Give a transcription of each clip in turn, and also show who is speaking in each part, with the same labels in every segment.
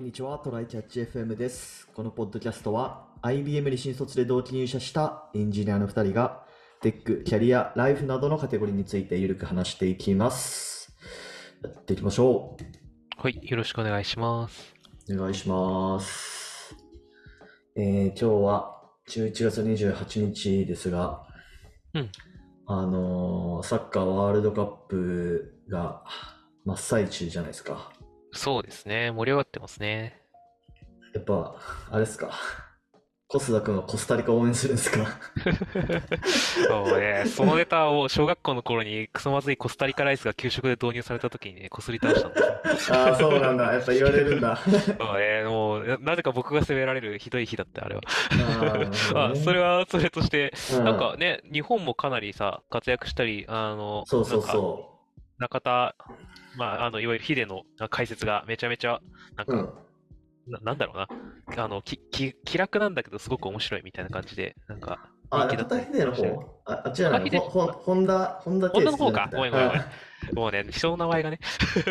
Speaker 1: にちは、トライキャッチ FM です。このポッドキャストは IBM に新卒で同期入社したエンジニアの2人がテック、キャリア、ライフなどのカテゴリーについてゆるく話していきます。やっていきましょ
Speaker 2: はい、よろしくお願いします。
Speaker 1: う。お願いします。えー、今日は11月28日ですが、
Speaker 2: うん
Speaker 1: あのーサッカーワールドカップが真っ最中じゃないですか。
Speaker 2: そうですね、盛り上がってますね。
Speaker 1: やっぱ、あれですか。コスダ君はコスタリカ応援するんですか
Speaker 2: そうね、そのネタを小学校の頃にクソまずいコスタリカライスが給食で導入された時にね、こすり倒したんですよ。
Speaker 1: ああ、そうなんだ。やっぱ言われるんだ。 あ
Speaker 2: そうね、もうな、なぜか僕が責められるひどい日だった、あれは。
Speaker 1: あ
Speaker 2: あ、それ
Speaker 1: は、
Speaker 2: はそれとして、
Speaker 1: う
Speaker 2: なんか、ね、日本もかなりさ、活躍したり、あの、
Speaker 1: そうそう
Speaker 2: なんか
Speaker 1: そ
Speaker 2: 中田、まあ、あの、いわゆるヒデのあ解説がめちゃめちゃ、なん
Speaker 1: う。う
Speaker 2: か、
Speaker 1: ん。
Speaker 2: な、なんだろうな、あの、き、き、気楽なんだけど、すごく面白いみたいな感じで、なんか、
Speaker 1: あ、
Speaker 2: 人気
Speaker 1: 中
Speaker 2: だった
Speaker 1: 田
Speaker 2: り
Speaker 1: 秀の
Speaker 2: してる
Speaker 1: 方あ、あ違うな
Speaker 2: 中田秀
Speaker 1: ほほんホンダ、ホンダ
Speaker 2: ホンダ
Speaker 1: テイ
Speaker 2: の
Speaker 1: スト
Speaker 2: 方
Speaker 1: じゃ
Speaker 2: か
Speaker 1: な。くて
Speaker 2: ごめんごめんごめん
Speaker 1: あ。
Speaker 2: もうね、人の名前がね、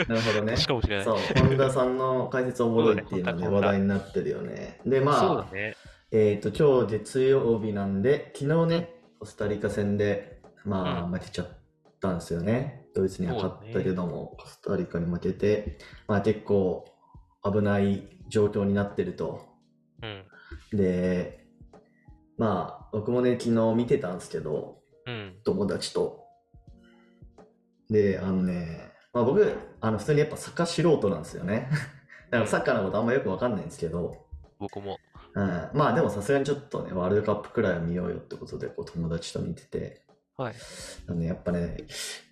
Speaker 1: なるほどね。
Speaker 2: しかもしれない。
Speaker 1: そう、ホンダさんの解説おもろいっていうの
Speaker 2: そう
Speaker 1: で
Speaker 2: だね
Speaker 1: 話題になってるよね。で、まあ、
Speaker 2: そうだね。
Speaker 1: えー、と今日月曜日なんで、昨日ね、コスタリカ戦で、まあ、
Speaker 2: うん
Speaker 1: 負けちゃったんですよね。ドイツには勝ったけども、コスタリカに負けて、まあ、結構危ない状況になってると。
Speaker 2: うん。
Speaker 1: で、まあ、僕もね、昨日見てたんですけど、
Speaker 2: うん。
Speaker 1: 友達と。で、あのね、まあ、僕、あの普通にやっぱサッカー素人なんですよね。 だからサッカーのことあんまよくわかんないんですけど、
Speaker 2: 僕も。
Speaker 1: うん、まあでもさすがにちょっとね、ワールドカップくらいは見ようよってことで、こう友達と見てて、
Speaker 2: はい。
Speaker 1: あのねやっぱね、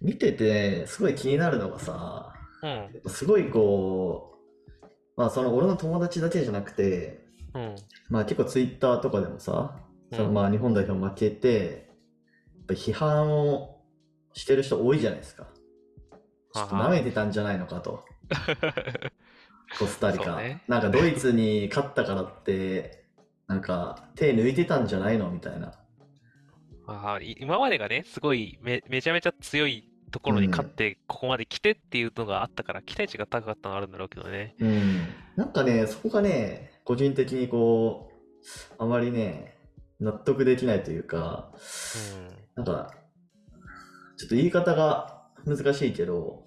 Speaker 1: 見てて、すごい気になるのがさ、
Speaker 2: うん。
Speaker 1: すごいこう、まあその俺の友達だけじゃなくて、
Speaker 2: うん。
Speaker 1: まあ結構ツイッターとかでもさ、
Speaker 2: うん
Speaker 1: そのまあ日本代表負けて、やっぱ批判をしてる人多いじゃないですか。ちょっと舐めてたんじゃないのかと、コスタリ
Speaker 2: そう
Speaker 1: カ
Speaker 2: ね。
Speaker 1: なんかドイツに勝ったからって、なんか手抜いてたんじゃないのみたいな。
Speaker 2: ああ、い今までがね、すごいめ、めちゃめちゃ強いところに勝って、ここまで来てっていうのがあったから、期待値が高かったのはあるんだろうけどね。
Speaker 1: うん、なんかね、そこがね、個人的にこう、あまりね、納得できないというか、
Speaker 2: う
Speaker 1: な
Speaker 2: ん。
Speaker 1: んか、ちょっと言い方が難しいけど、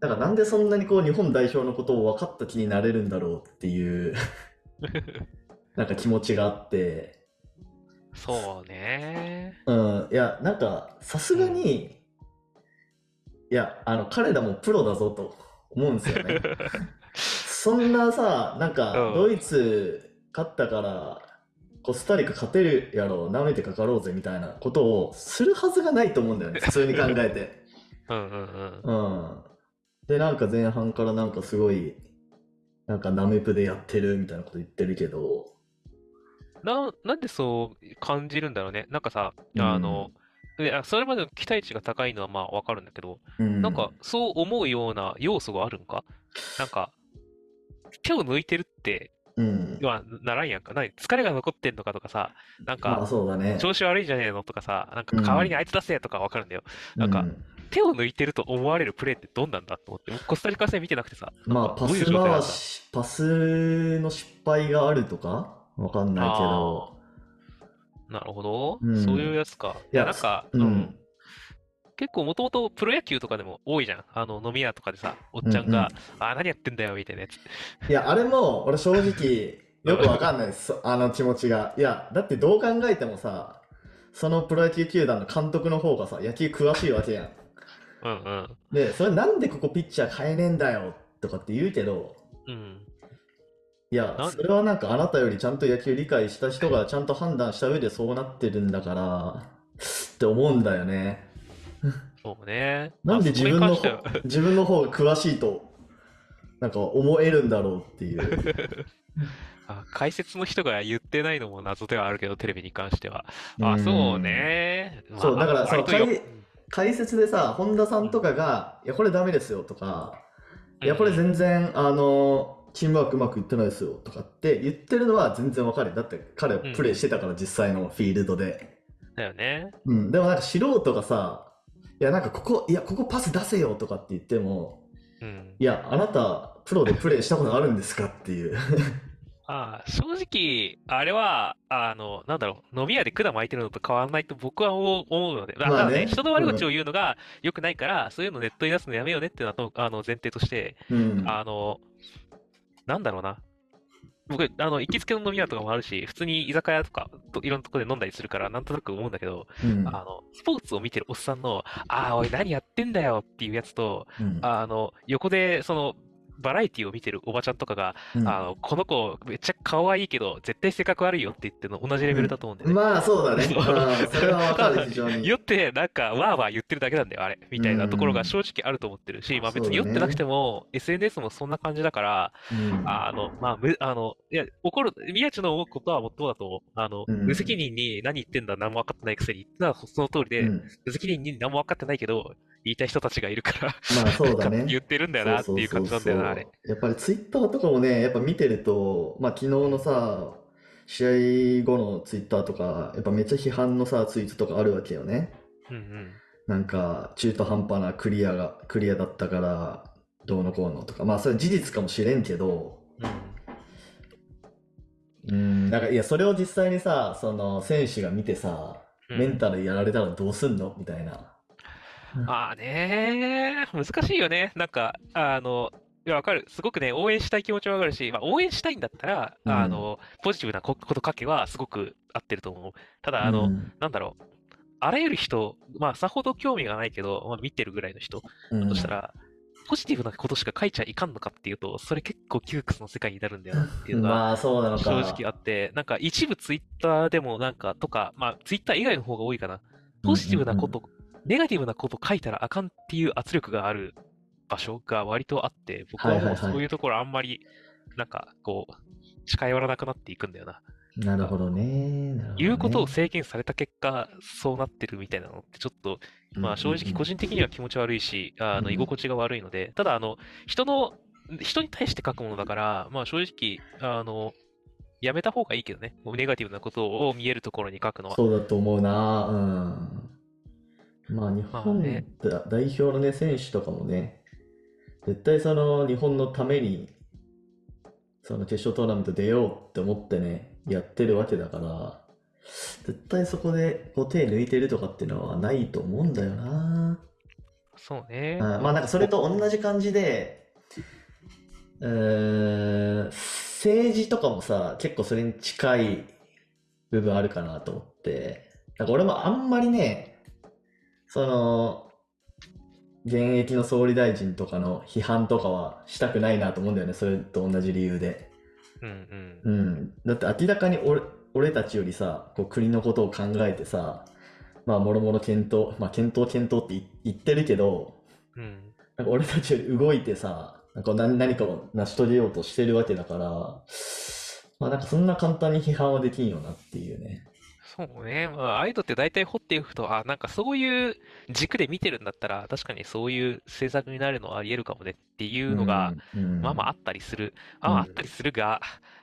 Speaker 1: なんかなんでそんなにこう日本代表のことを分かった気になれるんだろうっていう、 なんか気持ちがあって、
Speaker 2: そうね。
Speaker 1: うん、いや、なんかさすがに、いや、あの、彼らもプロだぞと思うんですよ ね。そんなさ、なんか
Speaker 2: うん
Speaker 1: ドイツ勝ったからコスタリカ勝てるやろ、舐めてかかろうぜみたいなことをするはずがないと思うんだ よね、普通に考えて。
Speaker 2: うんうんうん。
Speaker 1: うん。で、なんか前半からなんかすごい、なんかナメプでやってるみたいなこと言ってるけど、
Speaker 2: な、なんでそう感じるんだろうね。なんかさ、
Speaker 1: うん
Speaker 2: あの、いやそれまでの期待値が高いのはまあわかるんだけど、
Speaker 1: うん、
Speaker 2: なんか、そう思うような要素があるんかなんか、手を抜いてるって、
Speaker 1: うん。
Speaker 2: はならんやんか。何疲れが残ってんのかとかさ、なん
Speaker 1: まあ
Speaker 2: か、
Speaker 1: そうだね。
Speaker 2: 調子悪いんじゃねえのとかさ、なんか代わりにあいつ出せとかわかるんだよ。なんか
Speaker 1: う
Speaker 2: 手を抜いてると思われるプレーってどんなんだと思って、僕コスタリカ戦見てなくてさ、
Speaker 1: まあ
Speaker 2: なんか
Speaker 1: パ
Speaker 2: どうい
Speaker 1: ス
Speaker 2: う状態なん
Speaker 1: 回
Speaker 2: だ
Speaker 1: し、パスの失敗があるとかわかんないけど、
Speaker 2: なるほど
Speaker 1: うん。
Speaker 2: そういうやつか。
Speaker 1: いや
Speaker 2: なんか、
Speaker 1: うん
Speaker 2: うん結構もともとプロ野球とかでも多いじゃん。あの、飲み屋とかでさ、おっちゃんが、あ、何やってんだよ、みたいなやつ。
Speaker 1: いや、あれも、俺正直、よくわかんないです。 そあの気持ちが。いや、だってどう考えてもさ、そのプロ野球球団の監督の方がさ、野球詳しいわけや
Speaker 2: うんうん。
Speaker 1: ん。で、それなんでここピッチャー変えねえんだよとかって言うけど、
Speaker 2: うん。
Speaker 1: いや
Speaker 2: な、ん
Speaker 1: それはなんかあなたよりちゃんと野球理解した人がちゃんと判断した上でそうなってるんだから、って思うんだよね。
Speaker 2: そうね。
Speaker 1: なんで
Speaker 2: あ
Speaker 1: 自
Speaker 2: そこに
Speaker 1: 分の
Speaker 2: 関
Speaker 1: 方
Speaker 2: しては
Speaker 1: 自分の方が詳しいと、なんか思えるんだろうっていう。
Speaker 2: あ、解説の人が言ってないのも謎ではあるけど、テレビに関しては。 あ、そうね。まあ
Speaker 1: そうだから
Speaker 2: 割と
Speaker 1: そう
Speaker 2: よ
Speaker 1: 解解説でさ本田さんとかが「いやこれダメですよ」とか「いやこれ全然あのチームワークうまくいってないですよ」とかって言ってるのは全然わかるよだって彼はプレイしてたから実際のフィールドで、
Speaker 2: だよね。
Speaker 1: うん、でもなんか素人がさ「いやなんかここいやここパス出せよ」とかって言っても
Speaker 2: うん
Speaker 1: 「い。やあなたプロでプレーしたことあるんですかっていう。
Speaker 2: ああ、正直、あれは、あの、なんだろう、飲み屋で管巻いてるのと変わらないと僕は思う思うので、まあ、
Speaker 1: まあ
Speaker 2: ただ
Speaker 1: ね
Speaker 2: ね、人の悪口を言うのが良くないから、そういうのネットに出すのやめようねっていうのはとあの前提として、
Speaker 1: うん。
Speaker 2: あの、なんだろうな。僕、あの、行きつけの飲み屋とかもあるし、普通に居酒屋とか、といろんなとこで飲んだりするから、なんとなく思うんだけど、
Speaker 1: うん
Speaker 2: あの、スポーツを見てるおっさんの、ああ、おい、何やってんだよっていうやつと、
Speaker 1: うん
Speaker 2: あの、横で、その、バラエティを見てるおばちゃんとかが、
Speaker 1: うん
Speaker 2: あの、この子、めっちゃ可愛いけど、絶対性格悪いよって言ってるの同じレベルだと思うんだよね。
Speaker 1: まあそうだね。
Speaker 2: そう
Speaker 1: うんそれはわかる、非常に。
Speaker 2: 酔って、なんか、わーわー言ってるだけなんだよ、あれ。みたいなところが正直あると思ってるし、まあ別に酔ってなくても、SNS もそんな感じだから、
Speaker 1: うん
Speaker 2: あの、まあ、む、あの、いや、怒る、宮地の思うことはもっともだと、あの、
Speaker 1: うん
Speaker 2: 無責任に何言ってんだ、何も分かってないくせに、言ってのはその通りで、
Speaker 1: うん
Speaker 2: 無責任に何も分かってないけど、言いたい人たちがいるから、
Speaker 1: まあそうだね。
Speaker 2: 言ってるんだよ なっていう感じなんだよな、あ
Speaker 1: そう
Speaker 2: れ。
Speaker 1: そうそうやっぱりツイッターとかもね、やっぱ見てると、まあ昨日のさ、試合後のツイッターとか、やっぱめっちゃ批判のさ、ツイートとかあるわけよね。
Speaker 2: うんうん。
Speaker 1: なんか中途半端なクリアが、クリアだったから、どうのこうのとか、まあそれは事実かもしれんけど、
Speaker 2: う
Speaker 1: う
Speaker 2: ん
Speaker 1: ん、なんかいや、それを実際にさ、その選手が見てさ、
Speaker 2: うん
Speaker 1: メンタルやられたらどうすんのみたいな。
Speaker 2: まあね、難しいよね。なんか、あの、いや、わかる。すごくね、応援したい気持ちはわかるし、まあ、応援したいんだったら、
Speaker 1: うん
Speaker 2: あの、ポジティブなここと書けはすごく合ってると思う。ただ、あ
Speaker 1: う
Speaker 2: の、
Speaker 1: ん
Speaker 2: なんだろう。あらゆる人、まあ、さほど興味がないけど、まあ、見てるぐらいの人
Speaker 1: うん
Speaker 2: だとしたら、ポジティブなことしか書いちゃいかんのかっていうと、それ結構窮屈の世界になるんだよなっていうのが、
Speaker 1: まあそうなの
Speaker 2: 正
Speaker 1: か。
Speaker 2: 直あって、なんか一部ツイッターでもなんかとか、まあツイッター以外の方が多いかな。ポジティブなこと、ネガティブなこと書いたらあかんっていう圧力がある場所が割とあって、僕は
Speaker 1: はいはい
Speaker 2: も
Speaker 1: は
Speaker 2: う
Speaker 1: い
Speaker 2: そういうところあんまり、なんかこう、近寄らなくなっていくんだよな。
Speaker 1: なるほどね。なるほどね
Speaker 2: 言うことを制限された結果、そうなってるみたいなのってちょっと、まあ正直個人的には気持ち悪いし、あの
Speaker 1: うん
Speaker 2: 居心地が悪いので、ただあの、人の、人に対して書くものだから、まあ正直、あの、やめた方がいいけどね、もうネガティブなことを見えるところに書くのは。
Speaker 1: そうだと思うな。うん。まあ日
Speaker 2: まあ
Speaker 1: 本
Speaker 2: ね
Speaker 1: だ代表のね、選手とかもね、絶対その日本のために、その決勝トーナメント出ようって思ってね、やってるわけだから、絶対そこでこう手抜いてるとかっていうのはないと思うんだよな。
Speaker 2: そうね。
Speaker 1: うんまあなんかそれと同じ感じで、うーん、政治とかもさ、結構それに近い部分あるかなと思って、なんか俺もあんまりね、その、現役の総理大臣とかの批判とかはしたくないなと思うんだよね、それと同じ理由で。
Speaker 2: うんうん。
Speaker 1: うん、だって明らかに俺俺たちよりさこう国のことを考えてさまあもろもろ検討、まあ、検討検討ってい言ってるけど
Speaker 2: うん。
Speaker 1: なんか俺たちより動いてさなんか何何かを成し遂げようとしてるわけだからまあなんかそんな簡単に批判はできんよなっていうね
Speaker 2: そうね。まあ、ああいうのって大体掘っていくと、あ、なんかそういう軸で見てるんだったら、確かにそういう政策になるのはあり得るかもねっていうのが、、
Speaker 1: うんうん
Speaker 2: まあまああったりする。まあまああったりするが、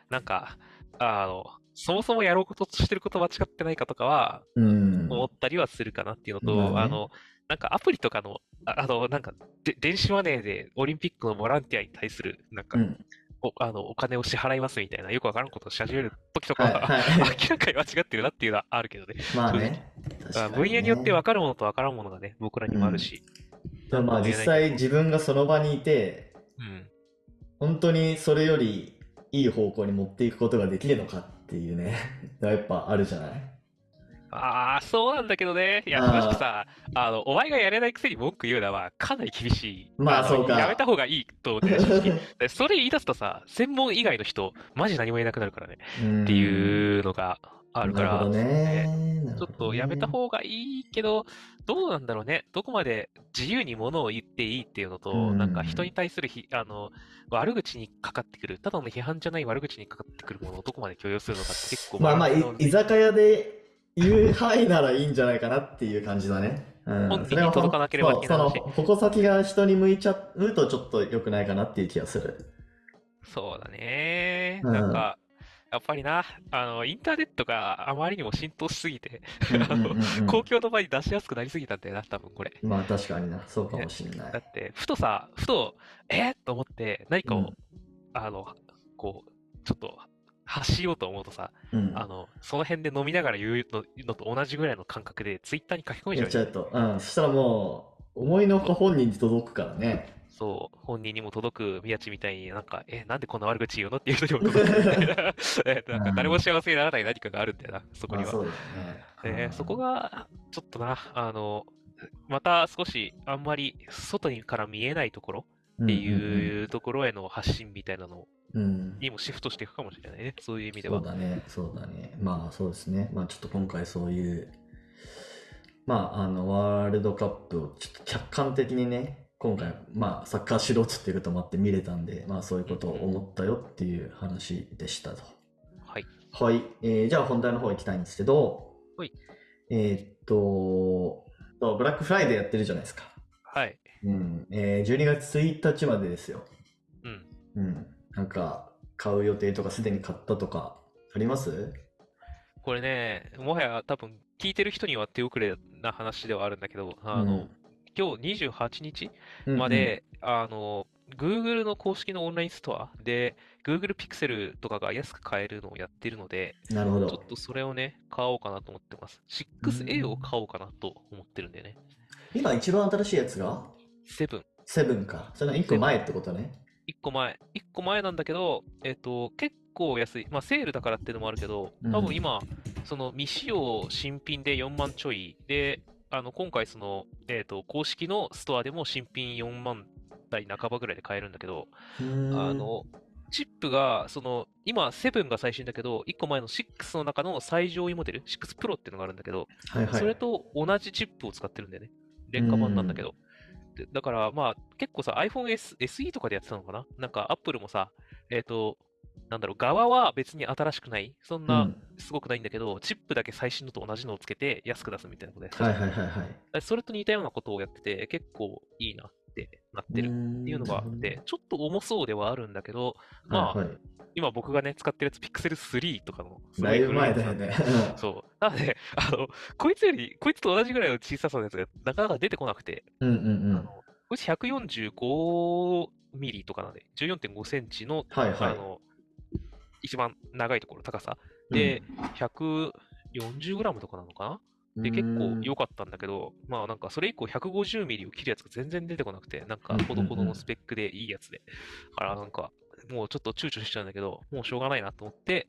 Speaker 2: なんか、あの、そもそもやろうとしてること間違ってないかとかは
Speaker 1: うん
Speaker 2: 思ったりはするかなっていうの
Speaker 1: まあね
Speaker 2: と、あの、なんかアプリとかの、ああの、なんかで、電子マネーでオリンピックのボランティアに対する、なんか
Speaker 1: う、ん
Speaker 2: お、あの、お金を支払いますみたいな、よくわからんことをし始める時とか
Speaker 1: はい
Speaker 2: は、
Speaker 1: は
Speaker 2: 明らかに間違ってるなっていうのはあるけどね。
Speaker 1: いまあ ね確
Speaker 2: あ
Speaker 1: か
Speaker 2: 分野によって分かるものと分からんものがね、僕らにもあるし。
Speaker 1: でもまあ実際自分がその場にいて
Speaker 2: うん。
Speaker 1: 本当にそれよりいい方向に持っていくことができるのかっていうね やっぱあるじゃない
Speaker 2: ああ、そうなんだけどね。いや、
Speaker 1: あー
Speaker 2: 正しくさ、あの、お前がやれないくせに文句言うのは、かなり厳しい。
Speaker 1: まあ
Speaker 2: の
Speaker 1: そうか
Speaker 2: やめた方がいいと思ってる、正 直でそれ言い出すとさ、専門以外の人、マジ何も言えなくなるからね。って
Speaker 1: うん
Speaker 2: いうのがあるから、
Speaker 1: なるほどねなる
Speaker 2: ちょ
Speaker 1: ほ
Speaker 2: っ
Speaker 1: どね
Speaker 2: とやめた方がいいけど、どうなんだろうね。どこまで自由にものを言っていいっていうのと、
Speaker 1: うん
Speaker 2: なんか人に対するひあの悪口にかかってくる、ただの批判じゃない悪口にかかってくるものをどこまで許容するのかって結構
Speaker 1: まあまあ
Speaker 2: バラン
Speaker 1: い
Speaker 2: スの
Speaker 1: 居酒屋で言う範囲ならいいんじゃないかなっていう感じだね、うん、
Speaker 2: 本人に
Speaker 1: それはほん
Speaker 2: 届かなければいけない
Speaker 1: そう
Speaker 2: 話
Speaker 1: その矛先が人に向いちゃうとちょっと良くないかなっていう気がする
Speaker 2: そうだね。
Speaker 1: うん
Speaker 2: なんか、やっぱりな、あの、インターネットがあまりにも浸透しすぎて、あの
Speaker 1: うんうんうんうん
Speaker 2: 公共の場に出しやすくなりすぎたんだよな、多分これ。
Speaker 1: まあ確かになそうかもしれな
Speaker 2: だ
Speaker 1: い
Speaker 2: って、ふとさ、ふと、えー、と思って、何か
Speaker 1: う
Speaker 2: を
Speaker 1: ん
Speaker 2: あの、こう、ちょっと発しようと思うとさ、
Speaker 1: うん。
Speaker 2: あの、その辺で飲みながら言うののと同じぐらいの感覚で、ツイッターに書き込めちゃ
Speaker 1: や
Speaker 2: う
Speaker 1: っ
Speaker 2: ん
Speaker 1: ち
Speaker 2: だ
Speaker 1: ゃ
Speaker 2: よ
Speaker 1: う
Speaker 2: ね
Speaker 1: と。うん。そしたらもう、思いのほか本人に届くからね。
Speaker 2: そう、本人にも届く宮地みたいになんか、え、なんでこんな悪口言うのっていう人にも届く みたいな えなんか誰も幸せにならない何かがあるんだよな、そこ
Speaker 1: ま
Speaker 2: に
Speaker 1: あ
Speaker 2: は。
Speaker 1: そうだよね。
Speaker 2: ね
Speaker 1: うん
Speaker 2: そこ、が、ちょっとな、あの、また少し、あんまり外にから見えないところっていうところへの発信みたいなの
Speaker 1: うんうんうん。
Speaker 2: にもシフトしていくかもしれないね、そういう意味で
Speaker 1: そ
Speaker 2: は
Speaker 1: う。だね、そうだね。まあそうですね。まあちょっと今回そういう、まああのワールドカップをちょっと客観的にね、今回、まあサッカー素人っていうこともあって見れたんで、まあそういうことを思ったよっていう話でしたと。
Speaker 2: はい。
Speaker 1: はい。えーじゃあ本題の方行きたいんですけど、
Speaker 2: はい
Speaker 1: えーっと、そうブラックフライデーやってるじゃないですか。
Speaker 2: はい。
Speaker 1: うん。えー12月1日までですよ。
Speaker 2: うん。
Speaker 1: うん。なんか、買う予定とかすでに買ったとか、あります
Speaker 2: これね、もはや多分、聞いてる人には手遅れな話ではあるんだけど、あの、今日28日まで、あの、Google の公式のオンラインストアで、Google Pixel とかが安く買えるのをやってるので、
Speaker 1: うんうん、なるほ
Speaker 2: ちょ
Speaker 1: ど
Speaker 2: っ。とそれをね、買おうかなと思ってます。6A を買おうかなと思ってるんでね。
Speaker 1: 今一番新しいやつが
Speaker 2: 7、
Speaker 1: セブンか。それの一個前ってことね。
Speaker 2: 1個前。1個前なんだけど、えっと、結構安い。まあ、セールだからっていうのもあるけど
Speaker 1: う、ん
Speaker 2: 多分今、その未使用新品で4万ちょいで、あの、今回その、えっと、公式のストアでも新品4万台半ばぐらいで買えるんだけど、
Speaker 1: あ
Speaker 2: あ、の、チップが、その、今、7が最新だけど、1個前の6の中の最上位モデル、6 Pro っていうのがあるんだけど、
Speaker 1: はいはい、
Speaker 2: それと同じチップを使ってるんだよね。劣化版なんだけど。でだから、まあ、結構さ、iPhone S SE とかでやってたのかななんか、Apple もさ、えっ、と、なんだろう、側は別に新しくない。そん
Speaker 1: うん、
Speaker 2: な、すごくないんだけど、チップだけ最新のと同じのをつけて安く出すみたいなことやってた
Speaker 1: はいはいはいはい。
Speaker 2: それと似たようなことをやってて、結構いいなってなってるっていうのがあって、ちょっと重そうではあるんだけど、
Speaker 1: うん、ま
Speaker 2: ま
Speaker 1: あ、
Speaker 2: あ
Speaker 1: はいはい、
Speaker 2: 今僕がね、使ってるやつ、Pixel 3とかの、すご
Speaker 1: だ
Speaker 2: い
Speaker 1: いぶ
Speaker 2: 古い
Speaker 1: 前
Speaker 2: やつ
Speaker 1: だ
Speaker 2: な
Speaker 1: よ
Speaker 2: んで
Speaker 1: ね。
Speaker 2: そう。なので、 あの、こいつより、こいつと同じぐらいの小ささのやつがなかなか出てこなくて、
Speaker 1: うんうんう
Speaker 2: あ
Speaker 1: ん
Speaker 2: の。こいつ145ミリとかなんで、14.5センチの、
Speaker 1: はいはい
Speaker 2: あの、一番長いところ、高さ。で、140グラムとかなのか
Speaker 1: うん、
Speaker 2: なで、結構
Speaker 1: よ
Speaker 2: 良かったんだけど、まあなんかそれ以降150ミリを切るやつが全然出てこなくて、なん
Speaker 1: う
Speaker 2: か
Speaker 1: んうんうん
Speaker 2: ほどほどのスペックでいいやつで。だからなんか、もうちょっと躊躇しちゃうんだけど、もうしょうがないなと思って、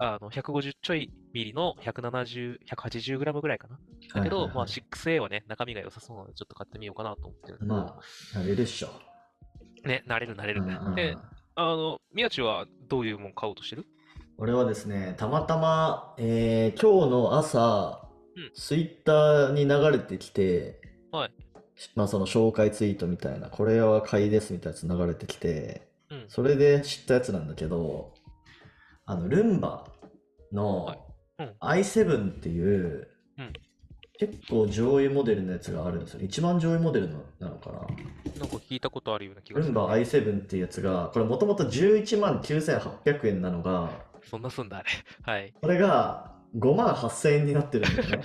Speaker 2: あの、150ちょいミリの170、180グラムぐらいかな。だけど、まあ 6A はね、中身が良さそうなので、ちょっと買ってみようかなと思ってるんだけど。
Speaker 1: まあ、あれでしょ。
Speaker 2: ね、慣れる慣れる。
Speaker 1: うんうん
Speaker 2: で、あの、宮地はどういうもん買おうとしてる
Speaker 1: 俺はですね、たまたま、えー、今日の朝
Speaker 2: うん、
Speaker 1: ツイッターに流れてきて、
Speaker 2: はい
Speaker 1: まあその紹介ツイートみたいな、これは買いですみたいなやつ流れてきて、
Speaker 2: うん。
Speaker 1: それで知ったやつなんだけど、あの、ルンバ
Speaker 2: は
Speaker 1: の
Speaker 2: いうん
Speaker 1: i7 っていう
Speaker 2: うん、
Speaker 1: 結構上位モデルのやつがあるんですよ。一番上位モデルのなのかな。
Speaker 2: なんか聞いたことあるような気が
Speaker 1: ル
Speaker 2: す
Speaker 1: ン
Speaker 2: る。
Speaker 1: バ i7 っていうやつが、これもともと11万9800円なのが、
Speaker 2: そんなすんだ、あれ。はい。
Speaker 1: これが5万8000円になってるんだよ ね。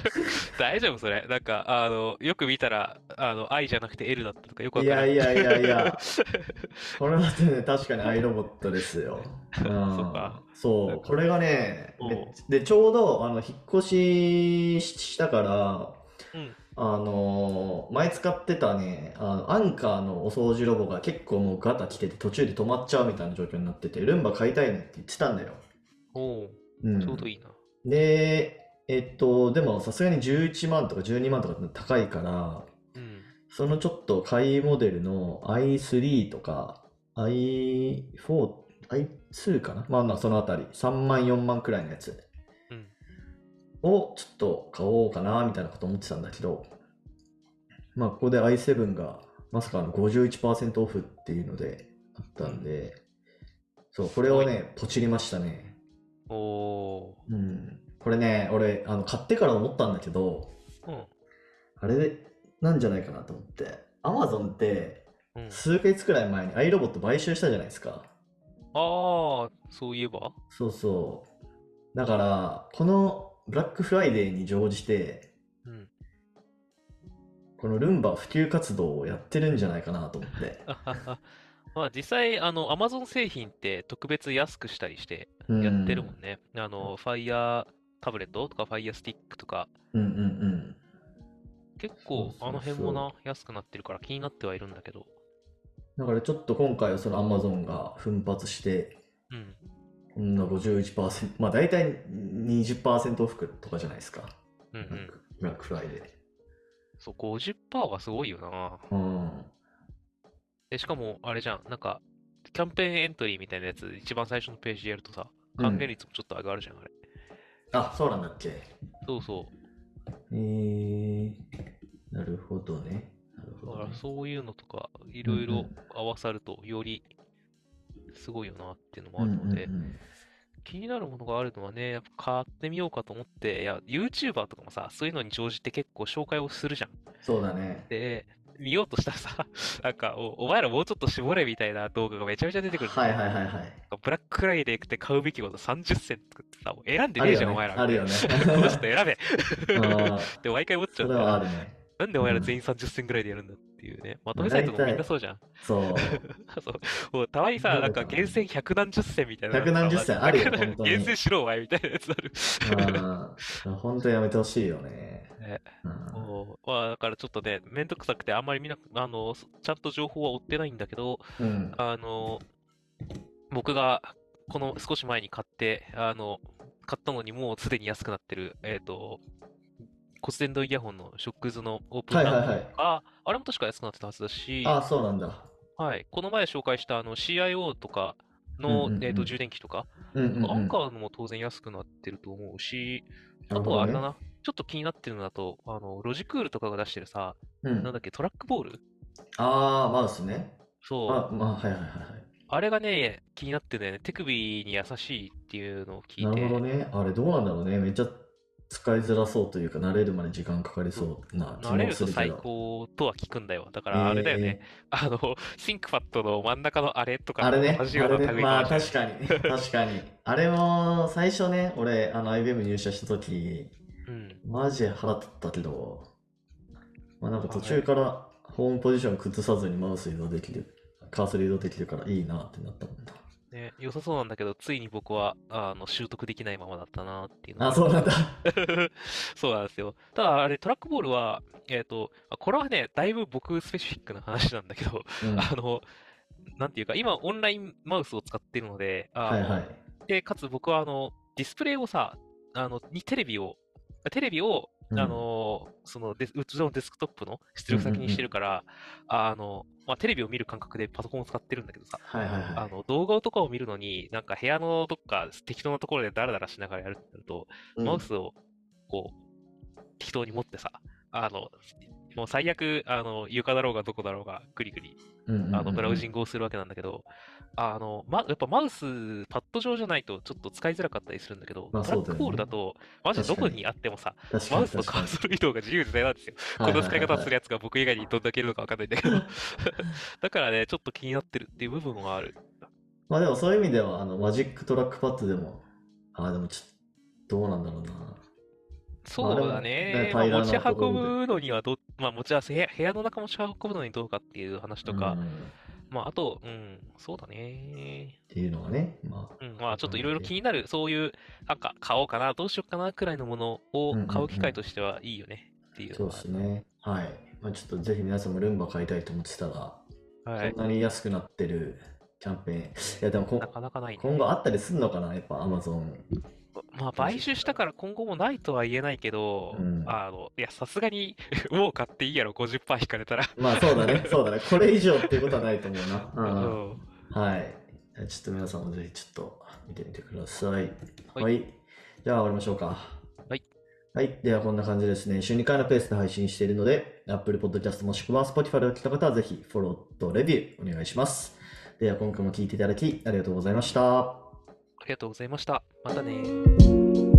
Speaker 2: 大丈夫それ。なんか、あの、よく見たら、あの、I じゃなくて L だったとかよくわ
Speaker 1: い
Speaker 2: か
Speaker 1: や
Speaker 2: らん
Speaker 1: いやいやいや、 これはね、確かにアイロボットですよ。うん
Speaker 2: そうか
Speaker 1: そうこれがね
Speaker 2: おう、
Speaker 1: で、でちょうどあの引っ越ししたから、
Speaker 2: うん
Speaker 1: あの前使ってたね、あのアンカーのお掃除ロボが結構もうガタ来てて途中で止まっちゃうみたいな状況になってて、ルンバ買いたいねって言ってたんだよ。
Speaker 2: おう
Speaker 1: うん
Speaker 2: ちょうどいいな。
Speaker 1: で、えっと、でもさすがに11万とか12万とかって高いから、
Speaker 2: うん。
Speaker 1: そのちょっと買いモデルの i3 とか i4、i2 かなまあまあそのあたり、3万4万くらいのやつ
Speaker 2: うん
Speaker 1: をちょっと買おうかなみたいなこと思ってたんだけど、まあここで i7 がまさかの51%オフっていうのであったんで、そう、これをね、ポチりましたね。
Speaker 2: お
Speaker 1: うん。これね、俺、あの、買ってから思ったんだけど、
Speaker 2: ーうん。
Speaker 1: あれなんじゃないかなと思って。Amazon って
Speaker 2: うん、
Speaker 1: 数ヶ月くらい前にアイロボット買収したじゃないですか。
Speaker 2: ああ、そういえば
Speaker 1: そうそう。だから、このブラックフライデーに乗じて、
Speaker 2: うん。
Speaker 1: このルンバ普及活動をやってるんじゃないかなと思って。
Speaker 2: あはは まあ実際、あの、Amazon 製品って特別安くしたりして
Speaker 1: うん
Speaker 2: やってるもんね。あの、Fire タブレットとか Fire スティックとか、
Speaker 1: うんうんうん。
Speaker 2: 結
Speaker 1: そ
Speaker 2: 構
Speaker 1: うそうそう
Speaker 2: あの辺もな、安くなってるから気になってはいるんだけど。
Speaker 1: だからちょっと今回はその Amazon が奮発して、
Speaker 2: うん。
Speaker 1: こんな51%、まあ大体20%オフとかじゃないですか。
Speaker 2: うんうん。
Speaker 1: ブラックフライデー。
Speaker 2: そう、50%はすごいよな。
Speaker 1: うん。
Speaker 2: で、しかも、あれじゃん、なんか、キャンペーンエントリーみたいなやつ、一番最初のページでやるとさ、還元率もちょっと上がるじゃん、あれ。
Speaker 1: あ、そうなんだっけ。
Speaker 2: そうそう。
Speaker 1: えー、なるほどね。なるほ
Speaker 2: だ
Speaker 1: ど
Speaker 2: か
Speaker 1: ね
Speaker 2: らそういうのとか、いろい
Speaker 1: うんう
Speaker 2: ろ
Speaker 1: ん
Speaker 2: 合わさると、よりすごいよなっていうのもあるので
Speaker 1: うん、うん
Speaker 2: 気になるものがあるのはね、やっぱ買ってみようかと思って、いや、YouTuber とかもさ、そういうのに乗じて結構紹介をするじゃん。
Speaker 1: うんそうだね。
Speaker 2: で、見ようとしたらさ、 なんかお、お前らもうちょっと絞れみたいな動画がめちゃめちゃ出てくるの
Speaker 1: はいはいはいはい。
Speaker 2: ブラックフライデーって買うべきこと30銭とかってさ、もう選んで
Speaker 1: あ
Speaker 2: ねえ
Speaker 1: る
Speaker 2: じゃん、
Speaker 1: よ
Speaker 2: お前
Speaker 1: ね。
Speaker 2: ら。
Speaker 1: あるよね。
Speaker 2: この人選べ
Speaker 1: あー
Speaker 2: って毎回思っち
Speaker 1: そ
Speaker 2: ゃ
Speaker 1: うれ
Speaker 2: から
Speaker 1: はあるね。
Speaker 2: なんでお前ら全員30銭ぐらいでやるんだっていうね。まとめサイトもみんなそうじゃん。
Speaker 1: そう。
Speaker 2: そうもうたまにさ、なんか
Speaker 1: どうだろうな
Speaker 2: 厳選100何十銭みたいなのさ。
Speaker 1: 100何十銭あるよ
Speaker 2: なんか
Speaker 1: 本当に
Speaker 2: 厳選しろ、お前みたいなやつある。
Speaker 1: うん本当やめてほしいよね。
Speaker 2: ね
Speaker 1: うん
Speaker 2: もうまあ、だからちょっとね、めんどくさくて、あんまり見なく、あの、そちゃんと情報は追ってないんだけど、
Speaker 1: うん。
Speaker 2: あの、僕がこの少し前に買って、あの、買ったのにもうすでに安くなってる、えっと、骨伝導イヤホンのショックズのオープン
Speaker 1: はいはい
Speaker 2: ラン
Speaker 1: はい。
Speaker 2: あ、あれも確か安くなってたはずだし、
Speaker 1: あ、そうなんだ。
Speaker 2: はい、この前紹介したあの CIO とか
Speaker 1: うんう
Speaker 2: の
Speaker 1: んうん
Speaker 2: えーと充電器とか、
Speaker 1: うんうんうん。
Speaker 2: アンカーのも当然安くなってると思うし、
Speaker 1: な
Speaker 2: あ
Speaker 1: るほ
Speaker 2: と
Speaker 1: どね
Speaker 2: はあれだな、ちょっと気になってるのだと、あのロジクールとかが出してるさ、
Speaker 1: うん
Speaker 2: なんだっけ、トラックボール
Speaker 1: ああ、マウスね。
Speaker 2: そう、
Speaker 1: あ、まあ、はいはいはい
Speaker 2: あれがね、気になってんだよね。手首に優しいっていうのを聞い
Speaker 1: はい。なる、
Speaker 2: て
Speaker 1: ほどね。あれ、どうなんだろうね。めっちゃ使いづらそうというか、慣れるまで時間かかりそうな気
Speaker 2: 慣れ
Speaker 1: も
Speaker 2: る
Speaker 1: す
Speaker 2: と
Speaker 1: るけ
Speaker 2: 最
Speaker 1: ど。
Speaker 2: 高とは聞くんだよ。だからあれだよね、あの、シンクパッドの真ん中のあれ
Speaker 1: え
Speaker 2: と
Speaker 1: ー
Speaker 2: か
Speaker 1: あれね、
Speaker 2: 同じよう
Speaker 1: あ
Speaker 2: な
Speaker 1: れね、
Speaker 2: 類
Speaker 1: ま
Speaker 2: の
Speaker 1: あ確か に、確かに。あれも、最初ね、俺、あの、IBM 入社した時、
Speaker 2: うん、
Speaker 1: マジ腹立ったけど、まあなんか途中からホームポジション崩さずにマウス移動できる、カーソル移動できるからいいなってなったもんな。
Speaker 2: ね、良さそうなんだけど、ついに僕はあの習得できないままだったなっていうの
Speaker 1: あ、
Speaker 2: が
Speaker 1: そうなんだ。
Speaker 2: そうなんですよ。ただ、あれ、トラックボールは、えっ、と、あこれはね、だいぶ僕スペシフィックな話なんだけど、
Speaker 1: うん、
Speaker 2: あの、なんていうか、今、オンラインマウスを使ってるので、あ
Speaker 1: はい
Speaker 2: の
Speaker 1: はい。
Speaker 2: で、かつ僕は、あの、ディスプレイをさ、あの、にテレビを、テレビを、
Speaker 1: うん
Speaker 2: あの、そのデス、うちのデスクトップの出力先にしてるから、あの、まあ、テレビを見る感覚でパソコンを使ってるんだけどさ、
Speaker 1: はいはいはい。
Speaker 2: あの、動画とかを見るのに、なんか部屋のどっか適当なところでダラダラしながらやるってなると、
Speaker 1: うん
Speaker 2: マウスをこう適当に持ってさ、あのもう最悪あの床だろうがどこだろうがグリグリ
Speaker 1: うんうんうんうん
Speaker 2: あのブラウジングをするわけなんだけど、あのま、やっぱマウスパッド上じゃないとちょっと使いづらかったりするんだけど、
Speaker 1: まあ
Speaker 2: トラ
Speaker 1: そう
Speaker 2: ッ
Speaker 1: だよ
Speaker 2: ク
Speaker 1: ね
Speaker 2: ボールだとマジでどこ
Speaker 1: 確かに
Speaker 2: にあってもさ、
Speaker 1: 確か
Speaker 2: マ
Speaker 1: に
Speaker 2: ウスとカーソル移動が自由自在なんですよ。
Speaker 1: 確か
Speaker 2: こ
Speaker 1: に
Speaker 2: の使い方をする
Speaker 1: は
Speaker 2: やつが僕以外にどんだけいるのかわかんないんだけど、 だからねちょっと気になってるっていう部分はある。
Speaker 1: いはいはいまあでもそういう意味では、あの、マジックトラックパッドでも、ああ、でもちょっと、どうなんだろうな。
Speaker 2: そうだね。
Speaker 1: まあでもね
Speaker 2: 持ち
Speaker 1: 平らなところ
Speaker 2: 運
Speaker 1: で
Speaker 2: ぶのにはど、まあ、持ち合わせ、部屋部屋の中持ち運ぶのにどうかっていう話とか
Speaker 1: う、んっ
Speaker 2: まあ、あと、うん、そうだね。
Speaker 1: ていうのはね、まあ、
Speaker 2: うん、まあ、ちょっといろいろ気になる、そういう、なんか、買おうかな、どうしようかな、くらいのもの
Speaker 1: う
Speaker 2: を
Speaker 1: んうんうん
Speaker 2: 買う機会としてはいいよね、っていう
Speaker 1: そ
Speaker 2: の
Speaker 1: う
Speaker 2: は
Speaker 1: ですね。はい。まあちょっとぜひ皆さんもルンバ買いたいと思ってたら、
Speaker 2: はい
Speaker 1: こん。なに安くなってるキャンペーン。いや、でもこ
Speaker 2: なかなかないね。
Speaker 1: 今後あったりすんのかな、やっぱ Amazon。
Speaker 2: まあ、買収したから今後もないとは言えないけど、
Speaker 1: うん
Speaker 2: あの、いや、さすがに、 もう買っていいやろ、50%引かれたら。
Speaker 1: まあそうだね、そうだね。これ以上っていうことはないと思うな。
Speaker 2: う
Speaker 1: うん
Speaker 2: ん。
Speaker 1: はい。ちょっと皆さんもぜひちょっと見てみてください。は。
Speaker 2: はいい
Speaker 1: じゃあ終わりましょうか。
Speaker 2: はい。
Speaker 1: はい。ではこんな感じですね。週2回のペースで配信しているので、Apple Podcast もしくは Spotify でお聞きの方はぜひフォローとレビューお願いします。では今回も聞いていただきありがとうございました。
Speaker 2: ありがとうございました。またね。